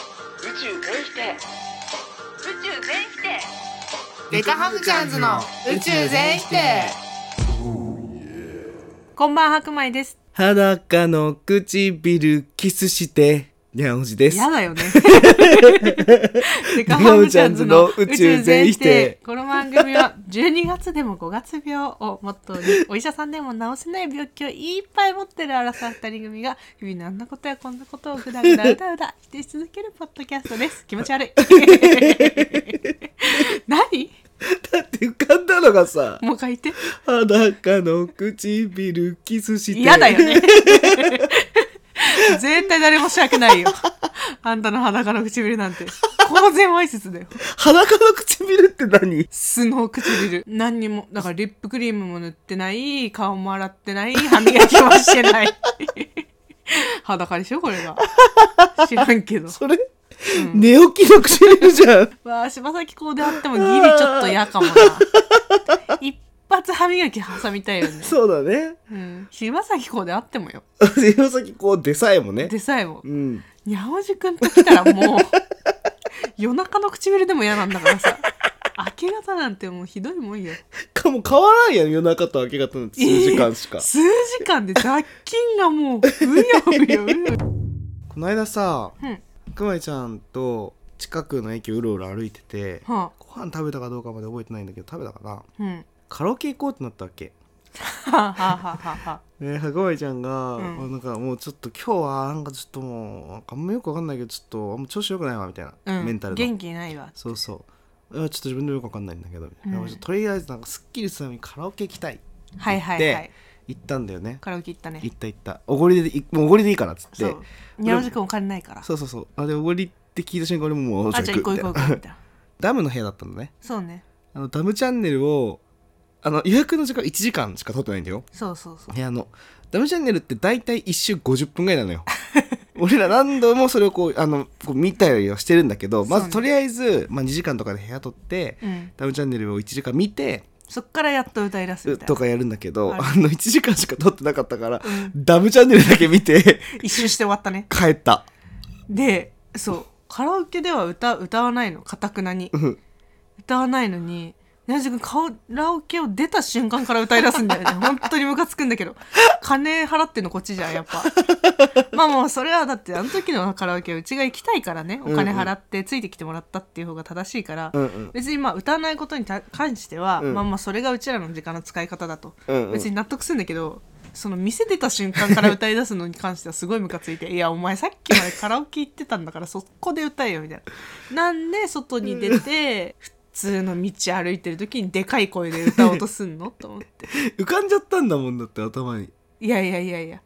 宙全否定宇宙全否定デカハムチャンズの宇宙全否定こんばんは、白米です。裸の唇キスして、にゃんおじです。嫌 だよね。デカハムチャンズの宇宙全否定この番組は12月でも5月病をモットーに、お医者さんでも治せない病気をいっぱい持ってる荒沢二人組が、日々なんなことやこんなことをぐだぐだうだうだ否定し続けるポッドキャストです。気持ち悪い。 何だって浮かんだのがさ、もう一回言って。裸の唇キスして。嫌だよ。ね。絶対誰もしたくないよ。あんたの裸の唇なんて。公然わいせつだよ。裸の唇って何素の唇。何にも、だからリップクリームも塗ってない、顔も洗ってない、歯磨きもして ない。裸でしょこ れが。知らんけど。それ、寝起きの唇じゃん。わあ、柴咲コウであってもギリちょっと嫌かもな。一発歯磨き挟みたいよね。そうだね。うん。柴咲コウであってもよ。岩崎こうでさえもね。でさえもう。ん。にゃおじくんと来たらもう夜中の唇でも嫌なんだからさ明け方なんてもうひどいもんよかも変わらんやん、夜中と明け方の数時間しか。数時間で雑菌がもううようようよこの間さ、うんくまいちゃんと近くの駅をうろうろ歩いてて、はご飯食べたかどうかまで覚えてないんだけど、食べたかなあうんカラオケ行こうってなったわけ。はあはあはあはあね、白米ちゃんが、うんもうなんかもうちょっと今日はなんかちょっともうなんかあんまよくわかんないけどちょっとあんま調子よくないわみたいな、うん、メンタルの元気ないわそうそういやちょっと自分でもよくわかんないんだけどみたいな、うんちょっととりあえずなんかすっきりするためにカラオケ行きたいはいはいはいで行ったんだよねカラオケ行ったね行った行ったおごりでいもうおごりでいいからっつってそそううにゃおじくんお金ないからそうそうあでおごりって聞いた瞬間俺ももうあじゃあ行こうみた行いこうな行こうみたいなダムの部屋だったのねそうねあのダムチャンネルをあの予約の時間1時間しか取ってないんだよそうそうそういやあのダムチャンネルって大体1周50分ぐらいなのよ 俺ら何度もそれをこうあのこう見たりはしてるんだけどまそうずねとりあえず、まあ、2時間とかで部屋取って、うんダムチャンネルを1時間見てそっからやっと歌い出すみたいとなかやるんだけど、はいあの1時間しか撮ってなかったから、ダムチャンネルだけ見て 一周して終わったね帰ったでそうカラオケでは歌歌わないのかたくなにん歌わないのに宮治君カラオケを出た瞬間から歌い出すんだよね本当にムカつくんだけど金払ってんのこっちじゃんやっぱまあもうそれはだってあの時のカラオケはうちが行きたいからねお金払ってついてきてもらったっていう方が正しいから、うんうん別にまあ歌わないことにた関しては、うんまあまあそれがうちらの時間の使い方だと、うんうん別に納得するんだけどその店出た瞬間から歌い出すのに関してはすごいムカついて「い やお前さっきまでカラオケ行ってたんだからそこで歌えよ」みたいな。なんで外に出て普通の道歩いてる時にでかい声で歌おうとすんのと思って。浮かんじゃったんだもんだって頭にいやいやいやいや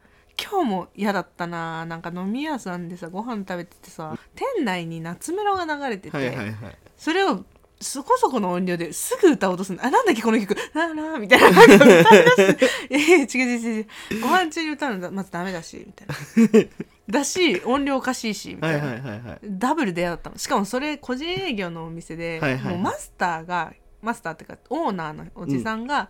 今日も嫌だったななんか飲み屋さんでさご飯食べててさ店内に夏メロが流れてて、はいはいはいそれをそこそこの音量ですぐ歌おうとするの。あ、なんだっけこの曲。ララみたいな。なんか歌い出す。 えー、違う違う違う。ご飯中に歌うのだまずダメだし、みたいな。だし、音量おかしいし、みたはいいな。はいはいはいダブルで嫌だったの。しかもそれ個人営業のお店で、はいはいはいもうマスターが、マスターってかオーナーのおじさんが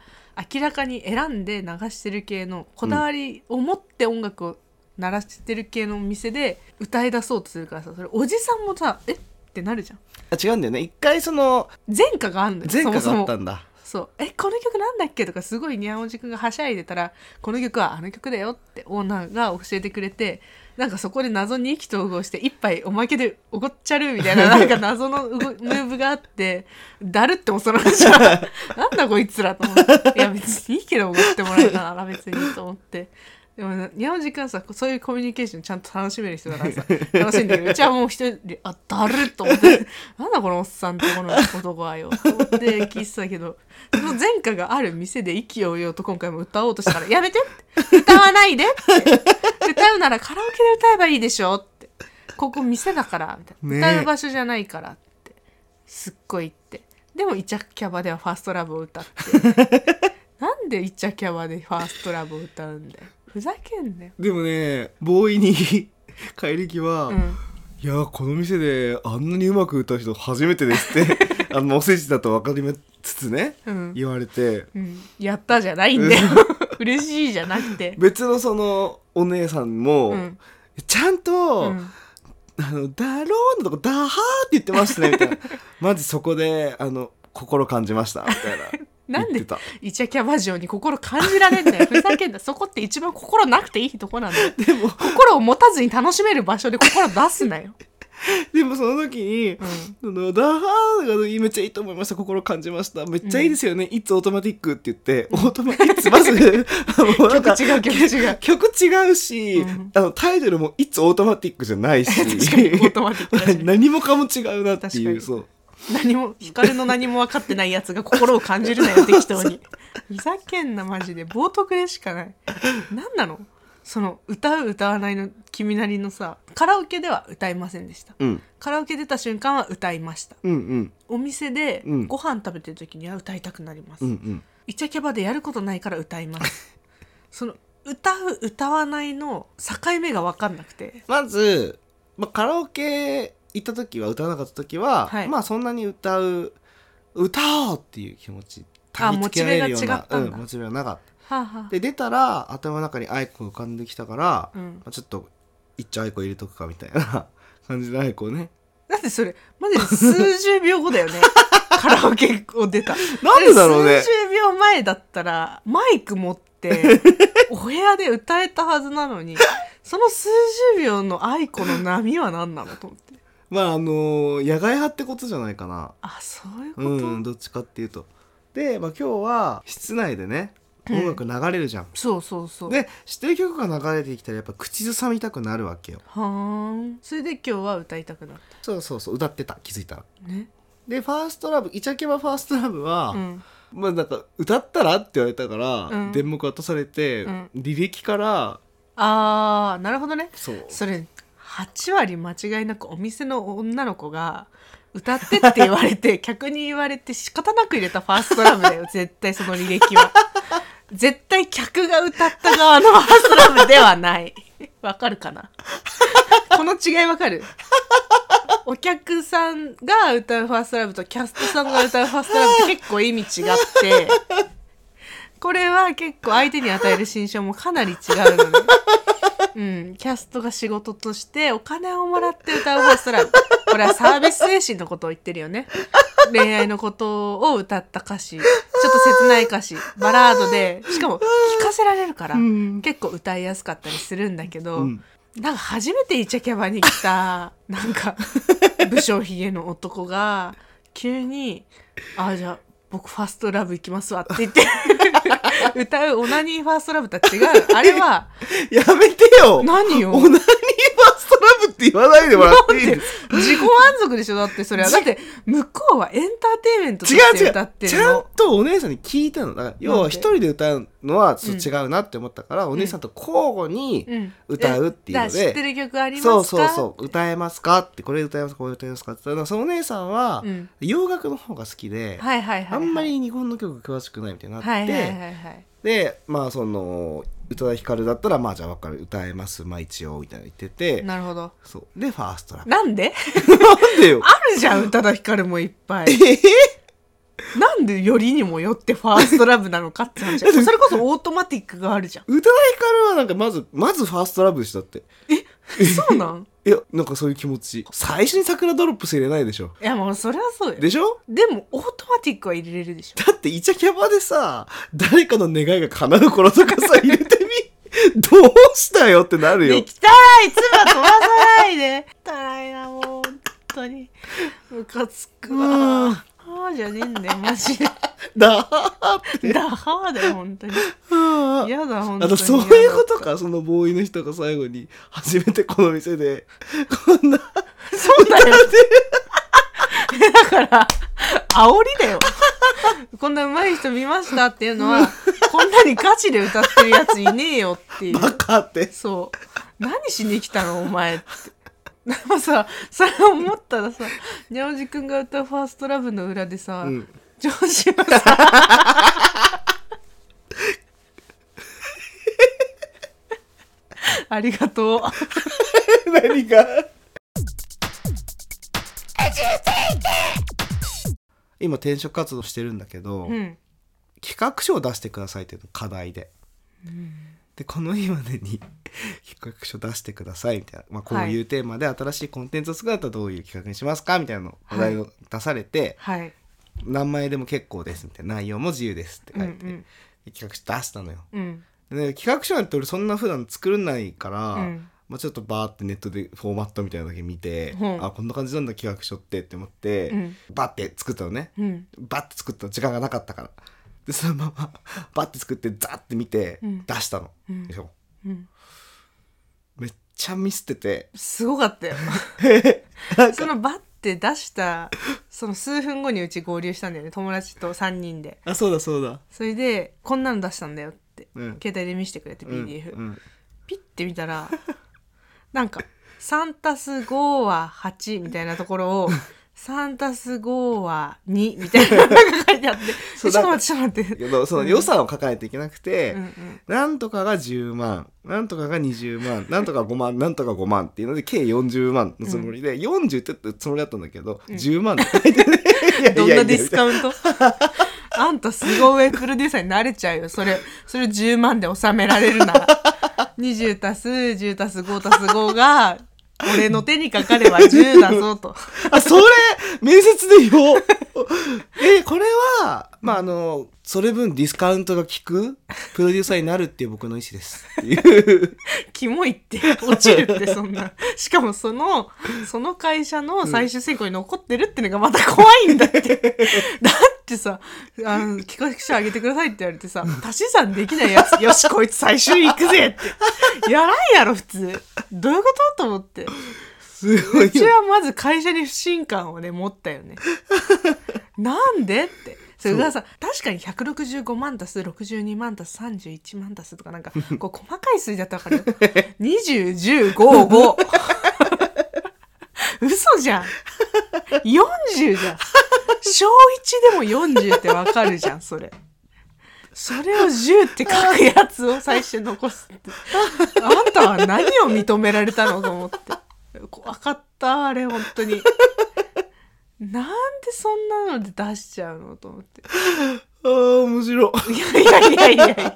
明らかに選んで流してる系のこだわりを持って音楽を鳴らしてる系のお店で歌い出そうとするからさそれおじさんもさえってなるじゃんあ違うんだよね一回その前科があるのよ前科があっそたもそもんだそうえこの曲なんだっけとかすごいにゃんおじくんがはしゃいでたらこの曲はあの曲だよってオーナーが教えてくれてなんかそこで謎に意気投合して一杯おまけでおごっちゃるみたいななんか謎の動ム ーブがあってだるってもその話はなんだこいつらと思っていや別にいいけどおごってもらえたなら別にと思って。でもねにゃおじくんはさそういうコミュニケーションちゃんと楽しめる人だからさ楽しんでるうちはもう一人で「あだるっ」と思って「なんだこのおっさんとこの男はよ」と思って聞いてたけどその前科がある店で意気揚々と今回も歌おうとしたから「やめて!」って「歌わないで!」って「歌うならカラオケで歌えばいいでしょ」って「ここ店だから」みたいな、ねえ歌う場所じゃないから」ってすっごい言ってでもイチャキャバでは「ファーストラブを歌って なんでイチャキャバでファーストラブを歌うんだよふざけんなよ、でもねボーイに 帰り際は、うん、いやーこの店であんなにうまく歌う人初めてですって あのお世辞だと分かりつつね、うん言われてうん、やったじゃないんだよ嬉しいじゃなくて別のそのお姉さんも、うんちゃんと、うんあの、だろうのとこ、だはーって言ってましたね、みたい な。まずそこで、あの、心感じました、みたいな。 なん言っでてた。イチャキャバ嬢に心感じられんだよふざけんなそこって一番心なくていいとこなんだよでも、心を持たずに楽しめる場所で心出すなよ、でもその時にうん、そのダハーがめっちゃいいと思いました心感じましためっちゃいいですよね、いつオートマティックって言って、 オートマいつまず もうなんか曲違う曲 違う曲違うし、うんあのタイトルも「いつオートマティック」じゃ ないし確かにオートマティックだしね何もかも違うなって確いかうにそう何も光の何も分かってないやつが心を感じるなよ適 当にふざけんなマジで冒涜でしかない何なのその歌う歌わないの君なりのさカラオケでは歌いませんでしたうんカラオケ出た瞬間は歌いましたうんうんお店でうんご飯食べてる時には歌いたくなります、うんうんイチャキャバでやることないから歌いますその歌う歌わないの境目が分かんなくてまず、まあ、カラオケ行った時は歌わなかった時は、はいまあそんなに歌う歌おうっていう気持ちあ焚きつけられるようなモチベが違ったんだうん、モチベはなかったはあ、はあで出たら頭の中にアイコン浮かんできたから、うまん、あちょっと一丁アイコン入れとくかみたいな 感じのアイコンねだってそれマジで数十秒後 だよねカラオケを出たなんでだろうね数十秒前だったらマイク持ってお部屋で歌えたはずなのにその数十秒の愛子の波は何なのと思ってまああのー野外派ってことじゃないかなあそういうこと、うんどっちかっていうとで、まあ、今日は室内でね音楽流れるじゃん、そうそうそうで知ってる曲が流れてきたらやっぱ口ずさみたくなるわけよはーんそれで今日は歌いたくなっそうそうそう歌ってた気づいたらたねでファーストラブイチャケバファーストラブは、うんまあなんか歌ったらって言われたから、うん電目渡されて、うん履歴からあーなるほどねそうそれ8割間違いなくお店の女の子が歌ってって言われ て客に言われて仕方なく入れたファーストラブだよ絶対その履歴は絶対客が歌った側のファーストラブではないわかるかなこの違いわかるお客さんが歌うファーストラブとキャストさんが歌うファーストラブって結構意味違ってこれは結構相手に与える心象もかなり違うのねうん、キャストが仕事としてお金をもらって歌うファーストラブこれはサービス精神のことを言ってるよね恋愛のことを歌った歌詞ちょっと切ない歌詞バラードでしかも聴かせられるから、うん結構歌いやすかったりするんだけど、うんなんか初めてイチャキャバに来 たなんか武将ひげの男が急に「あじゃあ僕ファーストラブ行きますわ」って言って 歌うオナニーファーストラブとは違うあ れはやめてよ何よオナニーファーストラブって言わないでもらっていいです自己満足でしょだってそれはだって向こうはエンターテインメントと違しう違てう歌ってちるゃんのとお姉さんに聞いたのだから要なはんで一人で歌うのはちょっと違うなって思ったから、お姉さんと交互にうん歌うっていうのだから知ってで、る曲ありますかそうそうそう歌えますかってこれ歌えますかこれ歌えますかって言ったらそのお姉さんはうん洋楽の方が好きで、はいはいはいはいあんまり日本の曲詳しくないみたいになって、はいはいはいはいでまあその宇多田ヒカルだったらまあじゃあ分かる歌えますまあ一応みたいなの言っててなるほどそうでファーストラブ なんで なんでよあるじゃん宇多田ヒカルもいっぱいえなんでよりにもよってファーストラブなのかって 話それこそオートマティックがあるじゃん宇多田ヒカルはなんかまずまずファーストラブでしたって そうなんいやなんかそういう気持ち最初に桜ドロップス入れないでしょいやもうそれはそうよでしょでもオートマティックは入れれるでしょだってイチャキャバでさ誰かの願いが叶う頃とかさ入れて みどうしたよってなるよできたい妻飛ばさな いで汚いなもう本当にムカつくうわんああじゃねえんだよマジでだーってダハーだよ本当にあ嫌だ本当にとそういうことかそのボーイの人が最後に初めてこの店でこんなそうだよ。だから、煽りだよ。こんな上手い人見ましたっていうのは、こんなにガチで歌ってるやついねえよっていう。バカってそう。何しに来たのお前って。でもさ、それ思ったらさ、にゃおじくんが歌うファーストラブの裏でさ、うん上司は さ、ありがとう。何が今転職活動してるんだけど、うん。企画書を出してくださいっていうの課題で、でこの日までに 企画書出してくださいみたいな、まあ、こういうテーマで新しいコンテンツを作るんだったらどういう企画にしますかみたいなのをお題を出されて、はい。何枚でも結構ですみたいな内容も自由ですってうん書ういて、ん。企画書出したのようん。で企画書なんて俺そんな普段作らないから、うんまあ、ちょっとバーってネットでフォーマットみたいなのだけ見て、うんあこんな感じなんだ企画書ってって思って、うんバーって作ったのね、うん。バッて作ったの時間がなかったからでそのまま バッて作ってザーって見てうん出したの、うんでしょうん。めっちゃミスっててすごかっ たよ。そのバッて出した、その数分後にうち合流したんだよね。友達と3人で。あそうだそうだそれで、こんなの出したんだよって。うん携帯で見せてくれて、うん PDF。うんピッて見たらなんか「3たす5は8」みたいなところ を「3たす5は2」みたいなのが書いてあって「そうえちょっと待ってちょっと待っだて」けどその予算を抱えていけなく て、うんうんなんとかが10万、なんとかが20万、なんとか5万、なんとか5万っていうので、計40万のつもりで、40って言ったつもりだったんだけど、10万っ て書いてねいやいやいやどんなディスカウント あんたすごいプロデューサーになれちゃうよそれそれ10万で収められるなら20たす10たす5たす5が俺の手にかかれば10だぞとあ、それ、面接で言おう。 え、これは、まあ、あの、それ分ディスカウントが効くプロデューサーになるっていう僕の意思です。っていう。キモいって落ちるってそんなしかもそのその会社の最終選考に残ってるってのがまた怖いんだってだってさあの企画書あげてくださいって言われてさ足し算できないやつよしこいつ最終行くぜってやらんやろ普通どういうことと思ってすごいうちはまず会社に不信感をね持った よねなんでってそれがさ確かに165万足す62万足す31万足すとかな んかこう細かい数字だったら分かるよ 201555嘘じゃん40じゃん小1でも40って分かるじゃんそれそれを10って書くやつを最初に残すってあんたは何を認められたのと思って怖かったあれ本当 になんでそんなので出しちゃうのと思ってあー、面白いやいやいやいやいや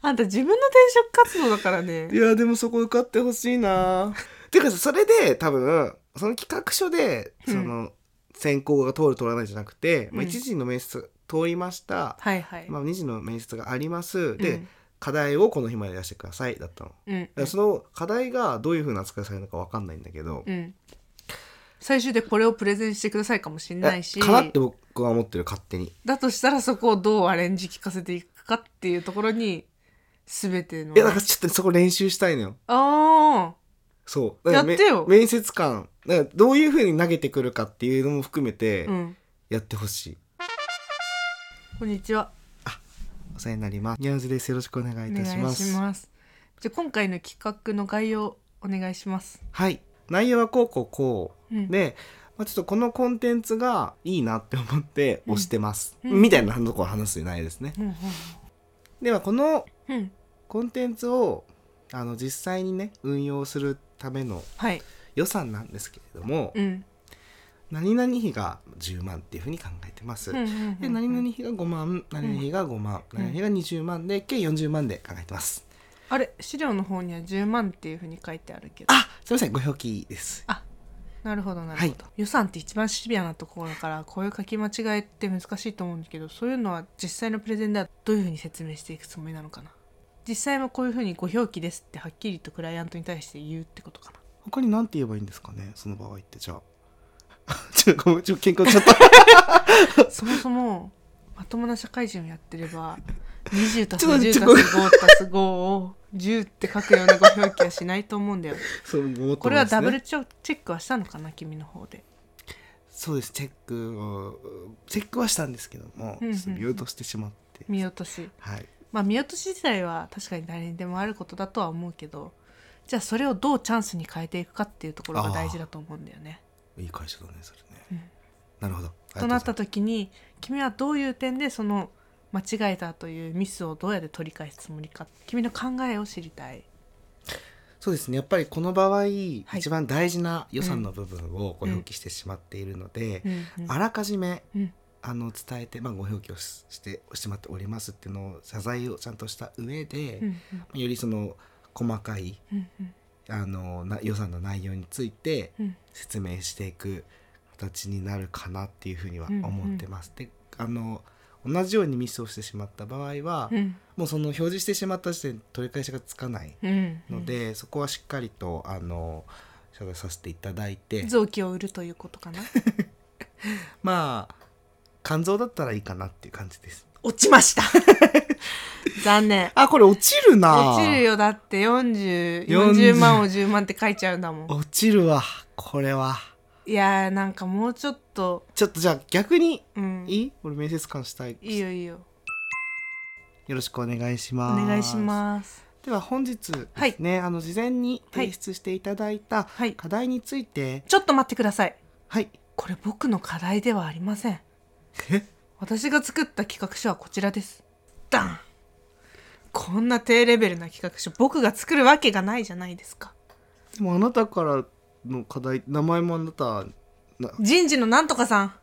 あんた自分の転職活動だからねい。いや、でもそこ受かってほしいな。てかさ、それで、多分、その企画書で、その、選考が通る通らないじゃなくて、まあ、うん1時の面接通りました。はいはい、まあ、2時の面接があります。で、うん課題をこの日まで出してくださいだったの。だかうんらその課題がどういうふうな扱いされるのかわかんないんだけど、うん最終でこれをプレゼンしてくださいかもしれないしえかなって僕は思ってる勝手に。だとしたらそこをどうアレンジ聞かせていくかっていうところに全てのいや、だからちょっとそこ練習したいのよ。あそう。だからめやってよ面接官。だからどういうふうに投げてくるかっていうのも含めてー、うんやってほしい。こんにちはお世話になります。ニャンズです。よろしくお願いいたします。すじゃあ今回の企画の概要お願いしますはい。内容はこうこうこう。うんで、まあ、ちょっとこのコンテンツがいいなって思って押してます。うんうんみたいなところを話すないですね。うんでは、このうんうんコンテンツをあの実際にね運用するためのはい予算なんですけれども、うん何々費が10万っていうふうに考えてます、うんうんうんで何々費が5万何々費が5万、何々費が20万で計40万で考えてますあれ資料の方には10万っていうふうに書いてあるけどあすいませんご表記ですなるほどなるほど、は予算って一番シビアなところだからこういう書き間違えって難しいと思うんだけどそういうのは実際のプレゼンではどういうふうに説明していくつもりなのかな実際はこういうふうにご表記ですってはっきりとクライアントに対して言うってことかな他に何て言えばいいんですかねその場合ってじゃあ ちょっとごめんちょっと喧嘩しちゃった そもそもまともな社会人をやってれば20たすちょっと10ちょたっとす5たす5を10って書くようなご表記はしないと思うんだよ、そう思ってますねこれはダブルチョチェックはしたのかな君の方でそうですチェックをチェックはしたんですけども、うんうんうちんょっと見落としてしまって、見落としはいまあ見落とし自体は確かに誰にでもあることだとは思うけどじゃあそれをどうチャンスに変えていくかっていうところが大事だと思うんだよね。いい会社だねそれね、なるほどありがうごとざいなまっすた時に君はどういう点でその間違えたというミスをどうやって取り返すつもりか君の考えを知りたい。そうですねやっぱりこの場合、い一番大事な予算の部分をご表記してしまっているので、うんうんあらかじめうんあの伝えて、まあ、ご表記をししてしてまっておりますっていうのを謝罪をちゃんとした上で、うんよりその細かいうんうんあのな予算の内容についてうん説明していく形になるかなっていうふうにはうんうん思ってます。であの同じようにミスをしてしまった場合は、うんもうその表示してしまった時点で取り返しがつかないうんので、そこはしっかりとあの謝罪させていただいて臓器を売るということかなまあ肝臓だったらいいかなっていう感じです。落ちました残念あこれ落ちるな落ちるよだって4040 40万を10万って書いちゃうんだ もん落ちるわこれはいやーなんかもうちょっとちょっとじゃあ逆にうんいいい俺面接官したいいよいいよよろしくお願いしおます願いしますでは本日ですはいね、あの事前に提出していただいたはい課題についてちょっと待ってくださいはいこれ僕の課題ではありませんえ私が作った企画書はこちらですダンこんな低レベルな企画書僕が作るわけがないじゃないですかでもあなたからの課題名前もあなたな人事のなんとかさん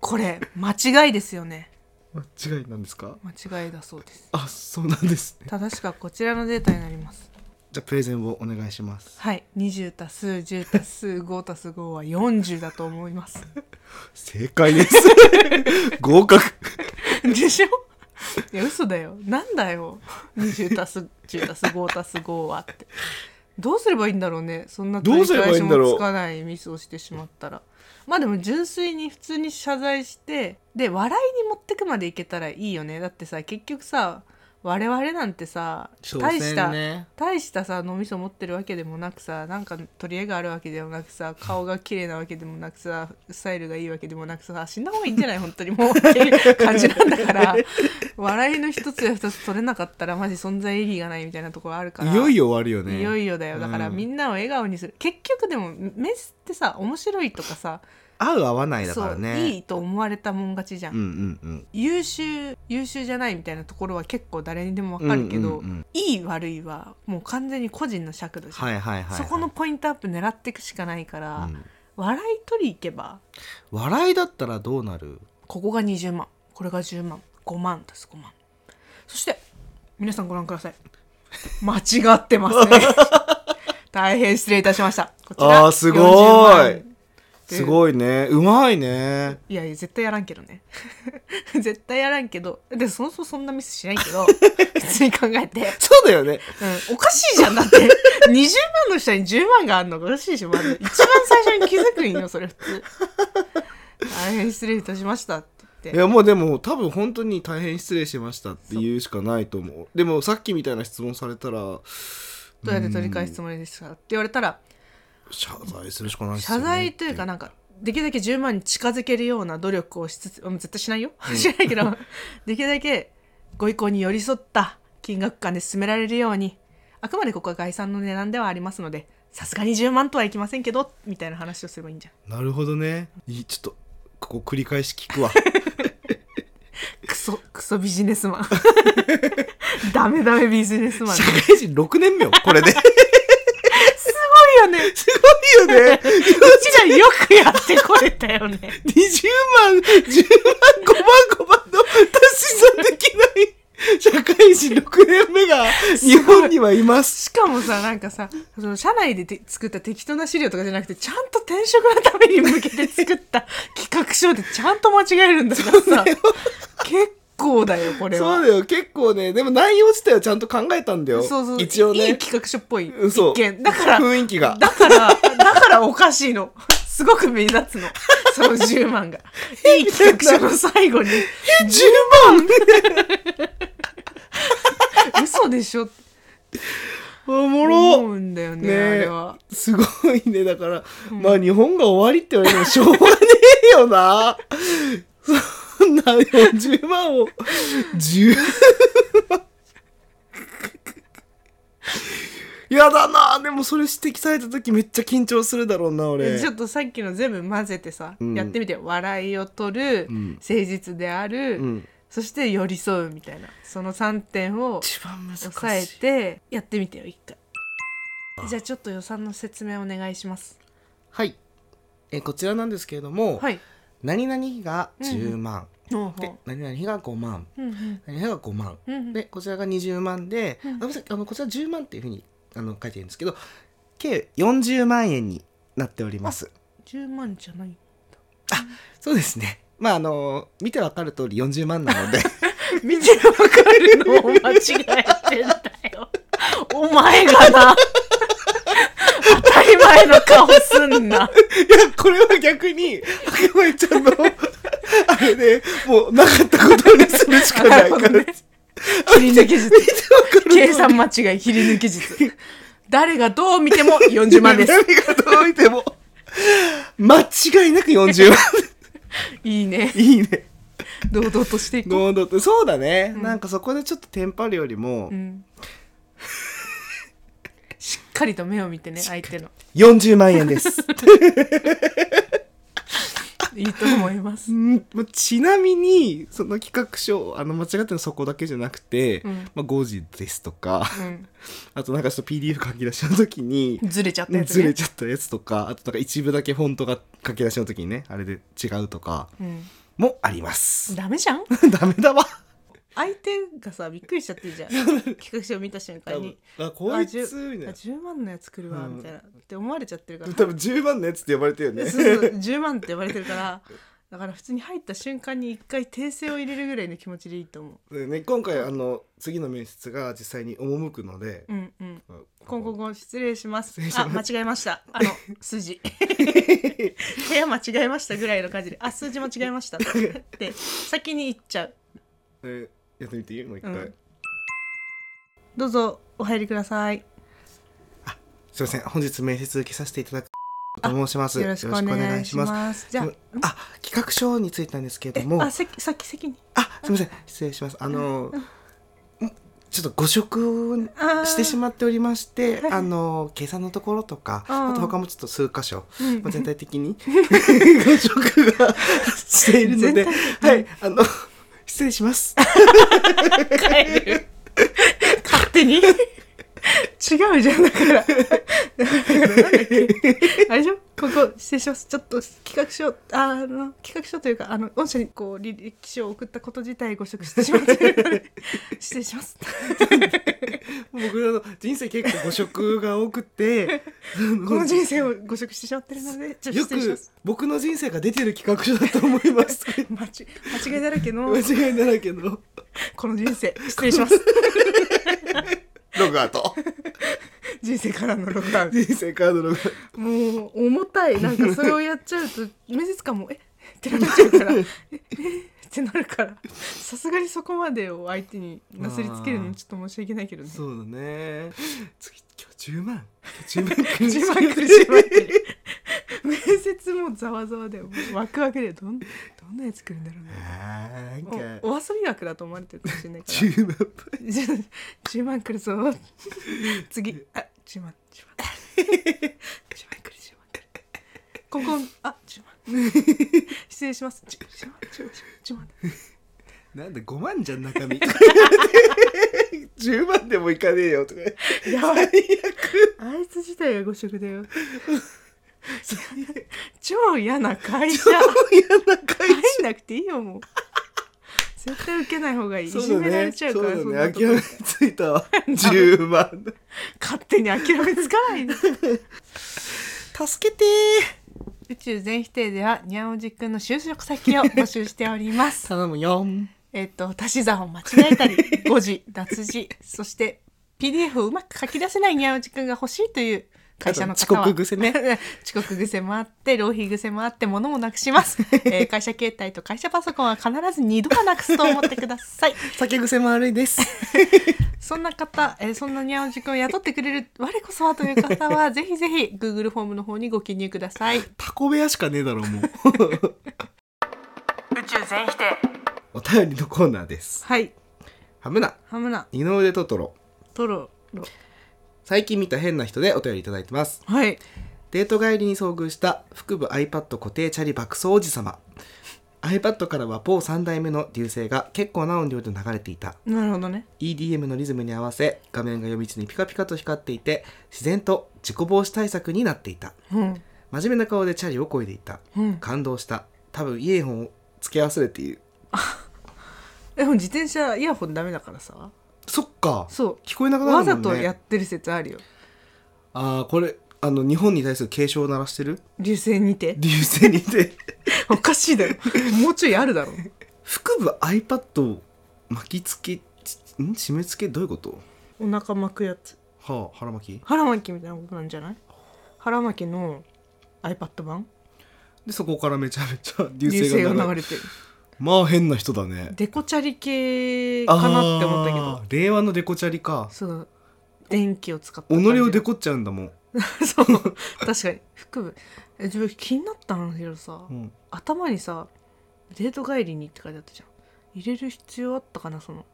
これ間違いですよね間違いなんですか間違いだそうですあそうなんですね正しくはこちらのデータになりますじゃあプレゼンをお願いしますはい20たす10たす5たす5は40だと思います 正解です 合格でしょいや嘘だよなんだよ20たす10たす5たす5はってどうすればいいんだろうねそんなどうすればいいんだろうつかないミスをしてしまったらまあでも純粋に普通に謝罪してで笑いに持ってくまでいけたらいいよねだってさ結局さ我々なんてさ大した、ね大したさ脳みそ持ってるわけでもなくさなんか取り柄があるわけでもなくさ顔が綺麗なわけでもなくさスタイルがいいわけでもなくさ死んだ方がいいんじゃない本当にもうっていう感じなんだから笑いの一つや二つ取れなかったらマジ存在意義がないみたいなところあるからいよいよ終わるよねいよいよだよだからうんみんなを笑顔にする、結局でもメスってさ面白いとかさ合う合わないだかそらうねいいと思われたもん勝ちじゃん、うんうんうん優秀優秀じゃないみたいなところは結構誰にでもわかるけうんうど、んうんいい悪いはもう完全に個人の尺度じゃん、はいはいはいはいそこのポイントアップ狙っていくしかないから、うん笑い取りいけば笑いだったらどうなるここが20万これが10万5万足す5万そして皆さんご覧くだ さい間違ってますね大変失礼いたしましたこちらあーすごい40万すごいねうまいねいやいや絶対やらんけどね 絶対やらんけどでそもそもそんなミスしない けど普通に考えてそうだよねうん、おかしいじゃんだって 20万の下に10万があるのがおかしいでしょまず一番最初に気づくんよそれ普通大変失礼いたしましたって言いってやもうでも多分本当に大変失礼しましたって言うしかないと思うでもさっきみたいな質問されたらどうやって取り返すつもりですかって言われたら謝罪するしかないっすよ謝ね罪というかなんかできるだけ10万に近づけるような努力をしつつうん絶対しないよしないけどできるだけご意向に寄り添った金額感で進められるようにあくまでここは概算の値段ではありますのでさすがに10万とはいきませんけどみたいな話をすればいいんじゃんなるほどねいいちょっとここ繰り返し聞く わクソ、クソビジネスマン。 ダメダメビジネスマン。す 社会人6年目よこれでごいよね。うすごいよねちらよくやってこれたよね。 20万10万5万5万の足し算できない社会人6年目が日本にはいますしかもさ、なんかさ、その社内でて作った適当な資料とかじゃなくて、ちゃんと転職のために向けて作 った企画書でちゃんと間違えるんだからさ、結構だよ、これそうは。だよ結構ねでも内容自体はちゃんと考えたんだよそうそう一応ねいい企画書っぽい。うんそう一見。だから、雰囲気がだから、だからおかしいの。すごく目立つの。その10万 が。いい企画書の最後に。 10万嘘でしょっておも思ろうんだよねねあれえはすごいねだから、まあ日本が終わりって言われてもしょうがねえよなそんな40万を10万やだなでもそれ指摘された時めっちゃ緊張するだろうな俺ちょっとさっきの全部混ぜてさ、うんやってみて笑いを取る、うん誠実である、うん、そして寄り添うみたいなその3点を一番難しい抑えてやってみてよ一回じゃあちょっと予算の説明お願いしますはいえーこちらなんですけれども、はい何々が10万、ほうほでう何々が5万うんうん何々が5万うんうんでこちらが20万で、うんあごめんなさいあのこちら10万っていうふうにあの書いてるんですけど計40万円になっております10万じゃないそうですねまああの見てわかる通り40万なので 見てわかるのを間違えてんだよ。 お前が な。当たり前の顔すんな。いやこれは逆に赤前ちゃんのあれでもうなかったことにするしか ないから、なるほどね切り抜 き術。計算間違い切り抜き術。誰がどう見ても40万で す。何が届いても間違いなく40万いいね。いい ね堂々としていこノードってそうだね、うんなんかそこでちょっとテンパるよりも、う。うん、しっかりと目を見てね、相手の。 40万円ですいいと思います。うんまあちなみにその企画書あの間違ってるのそこだけじゃなくて、うんまあ、5時ですとか うん。あとなんかちょっと PDF 書き出しの時にずれちゃったやつずね。れちゃったやつとかあとなんか一部だけフォントが書き出しの時にねあれで違うとかうん。もあります。ダメじゃん ダメだわ相手がさ、びっくりしちゃって るじゃん。企画書を見た瞬間に。あこいつみたいあな10万のやつ来るわうんみたいな、って思われちゃってるから多分10万のやつって呼ばれてるよねそうそう10万 って呼ばれてるからだから普通に入った瞬間に一回訂正を入れるぐらいの気持ちでいいと思でね今回あの次の面接が実際に赴くのでう、うんうん今後こ後失礼します礼しあま間違えましたあ の数字部屋間違えましたぐらいの感じであ数字間違えましたって先に言っちゃうえやってみていいもう一回、うんどうぞお入りくださいすいません本日面接受けさせていただくと申しますよろしくお願いしよろしくお願いしまますじゃああ企画書についてなんですけれどもああせさっき席にすいません失礼しますあのんちょっと誤植をあーしてしまっておりましてはいあの計算のところとかあーあと他もちょっと数箇所、うんまあ、全体的 に誤植がしているので全体はいあの失礼します帰る勝手に違うじゃんだからだからなんだっけあれでしょここ失礼しますちょっと企画書あの企画書というかあの御社にこう履歴書を送ったこと自体ご職してしまってるので失礼します僕らの人生結構誤植が多くて この人生をご職してしまってるのでちょっとよ失礼しまくす僕の人生が出てる企画書だと思い ます。間ち間違いだらけの間違いだらけの。この人生失礼しますログアウト。人生からのログアウト人生カードログアウもう重たいなんかそれをやっちゃうと面接官も「えっ?」ってなっちゃうから「ええってなるからさすがにそこまでを相手になすりつけるのにちょっと申し訳ないけどねト。そうだね。次、今日10万。 今日10万く自慢苦しまってる面接もざわざわでワクワクでどんどんなやつ来るんだろうねなんおか、お遊び枠だと思われてるかもしれないから10万。 10 10万来る ぞ次あ10万10万 10万来る10万来るここあ10万 失礼します10 10万10万10万なんで5万じゃん、中 身。10万でもいかねえよとか。やばいあいつ自体が誤植だよ 超嫌な会社嫌な会社。入んなくていいよもう絶対受けない方がいい、いじめられちゃうそかうらだそんね。なとこ諦めついた わ。10万。勝手に諦めつか ないで助けて宇宙全否定ではにゃんおじくんの就職先を募集しております頼むよ。えっと、足し算を間違えた り、誤字、脱字、そして、PDF をうまく書き出せないにゃおじくんが欲しいという会社の方はあと遅刻癖ね 遅刻癖もあって浪費癖もあって物もなくし ます、えー会社携帯と会社パソコンは必ず2度はなくすと思ってください酒癖も悪いです。 そんな方、えーそんなにゃおじくんを雇ってくれる我こそはという方 はぜひぜひ Google フォームの方にご記入くださいタコ部屋しかねえだろ、もう。宇宙全否定 お便りのコーナーです。はいハムナ、ハムナ二の腕トトロ。トロロ最近見た変な人でお便りいただいてます。はいデート帰りに遭遇した腹部 iPad 固定チャリ爆走おじ様。iPad からはポー3代目の流星が結構な音量で流れていた。なるほどね EDM のリズムに合わせ画面が夜道にピカピカと光っていて自然と自己防止対策になっていた。うん真面目な顔でチャリをこいでいた。うん感動した。多分イヤホンをつけ忘れているでも自転車イヤホンダメだからさそっかそう聞こえなくなるもわんねざとやってる説あるよああこれあの日本に対する警鐘を鳴らしてる 流星に て流星にておかしい だろもうちょいあるだろ腹部 iPad を巻きつけちん締め付けどういうことお腹巻くやつはあ腹巻き腹巻きみたいなことなんじゃない腹巻きの iPad 版でそこからめちゃめちゃ流流星星がが流流れれてるまあ変な人だねデコチャリ系かなって思ったけあどー令和のデコチャリかそう電気を使った己感じをデコっちゃうんだもん、 そう確かに腹部え自分気になったんだけどさ、うん頭にさ「デート帰りに」って書いてあったじゃん入れる必要あったかなその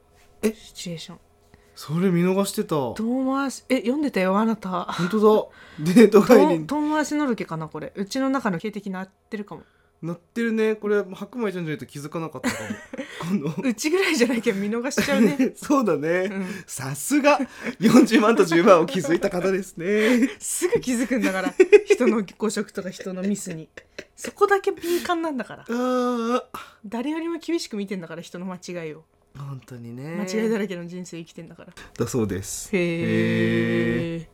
えシチュエーションそれ見逃してた本遠回しえ読んでたよあなた当 だデート帰り遠に遠回しのろけかなこれうちの中の警的なってるかもなってるねこれ白米ちゃんじゃないと気づかなかったか もこうちぐらいじゃなきゃ見逃しちゃうねの そうだね、うんさすが40万と10万を気づいた方です ねすぐ気づくんだから人の誤食とか人のミスにそこだけ敏感なんだからあー誰よりも厳しく見てんだから人の間違いを本当にね間違いだらけの人生生きてんだからだそうですへーへえ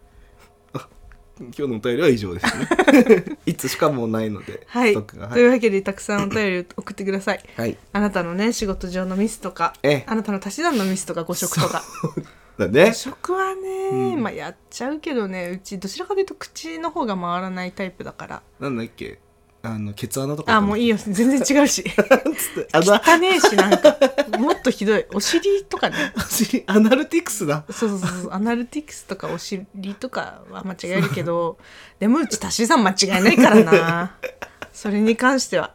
今日のお便りは以上ですね いつしかもうないのではい、ストックがとはいい、うわけでたくさんお便りを送ってくださいはい、あなたのね仕事上のミスとかええあなたの足し算のミスとか誤食とかだね誤食はね、うんまあやっちゃうけどねうちどちらかというと口の方が回らないタイプだからなんだっけあのケツ穴とかあもういいよ全然 違うつしって穴汚ねえしなんかもっとひどいお尻とかねお尻アナルティクスだそうそうそうそうアナルティクスとかお尻とかは間違えるけどでもうち足し算間違えないからなそれに関しては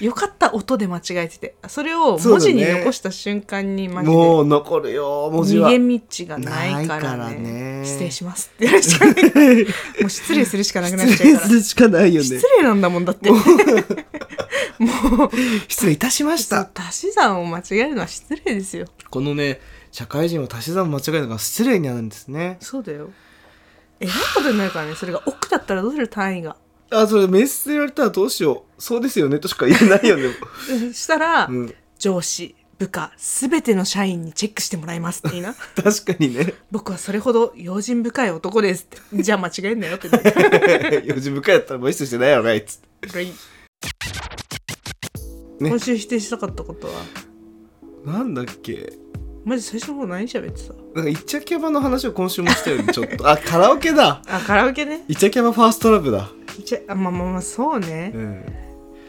よかった音で間違えててそれを文字にそうだね残した瞬間にマジでもう残るよ文字は逃げ道がないからないからねね失礼しますってやるしかないからもう失礼するしかなくなっち失ゃう礼からするしかないよね失礼なんだもんだっても う失礼いたしましそたう足し算を間違えるのは失礼ですよこのね社会人は足し算間違えるのが失礼になるんですねそうだよえらいことになるからねそれが億だったらどうする単位が あそれ面接で言われたらどうしようそうですよねとしか言えないよ ねうんしたら、うん上司部下すべての社員にチェックしてもらいますって いいな確かにね 僕はそれほど用心深い男ですってじゃあ間違えんなよ ってなる四時深いやったら無視してないやろがいっつってね今週否定したかったことはなんだっけマジ最初の方何喋ってたなんかイチャキャバの話を今週もしたよ ねちょっとあカラオケだあカラオケねイチャキャバファーストラブだじゃあまあまあまあそうね、うん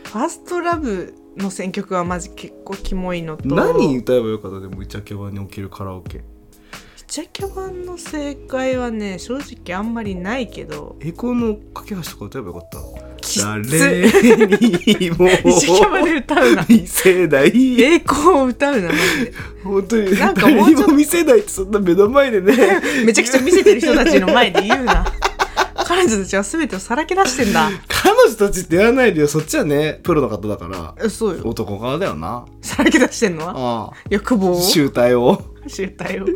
ファーストラブの選曲はマジ結構キモいのと何イ歌えばよかったでもイチャキャバにおけるカラオケチャキャバの正解はね正直あんまりないけど栄光の架け橋とか歌えばよかったきつ誰 イにもチャキャバで 歌うな見せない栄光を歌うなマジで本当になんかもうち誰ょっにとも見せないってそんな目の前でねめちゃくちゃ見せてる人たちの前で言 うな彼女たちは全てをさらけ出してんだ彼女たちってやらないでよそっちはねプロの方だからえそうよ男側だよなさらけ出してんのはあ欲望あを集大を集大を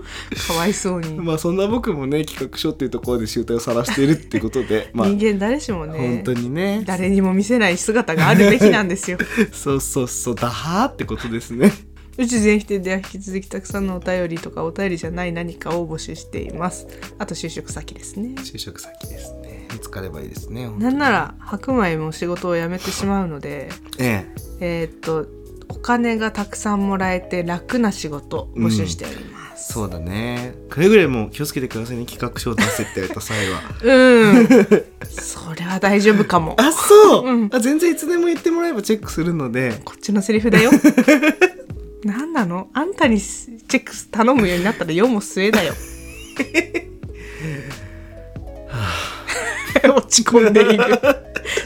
かわいそうに、まあそんな僕もね企画書っていうところで集大を晒しているってこと でまあ人間誰しもね本当にね誰にも見せない姿があるべきなんですよそうそうそうだはーってことですねうち全否定では引き続きたくさんのお便りとかお便りじゃない何かを募集していますあと就職先ですね就職先ですね見つかればいいですね本当なにんなら白米も仕事を辞めてしまうのでえええーっとお金がたくさんもらえて楽な仕事募集しております、そうだねくれぐれも気をつけてくださいね企画書を出せって言われた際 はうん。それは大丈夫かも。あそう、うんあ全然いつでも言ってもらえばチェックするのでこっちのセリフ だよ。なんなのあんたにチェック頼むようになったら世も末 だよ。 落ち込んでいる。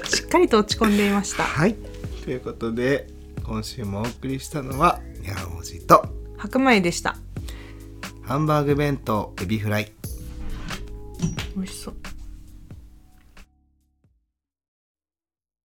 しっかりと落ち込んでいました。はいということで今週もお送りしたのはにゃんおじと白米でした。ハンバーグ弁当エビフライ美味しそう。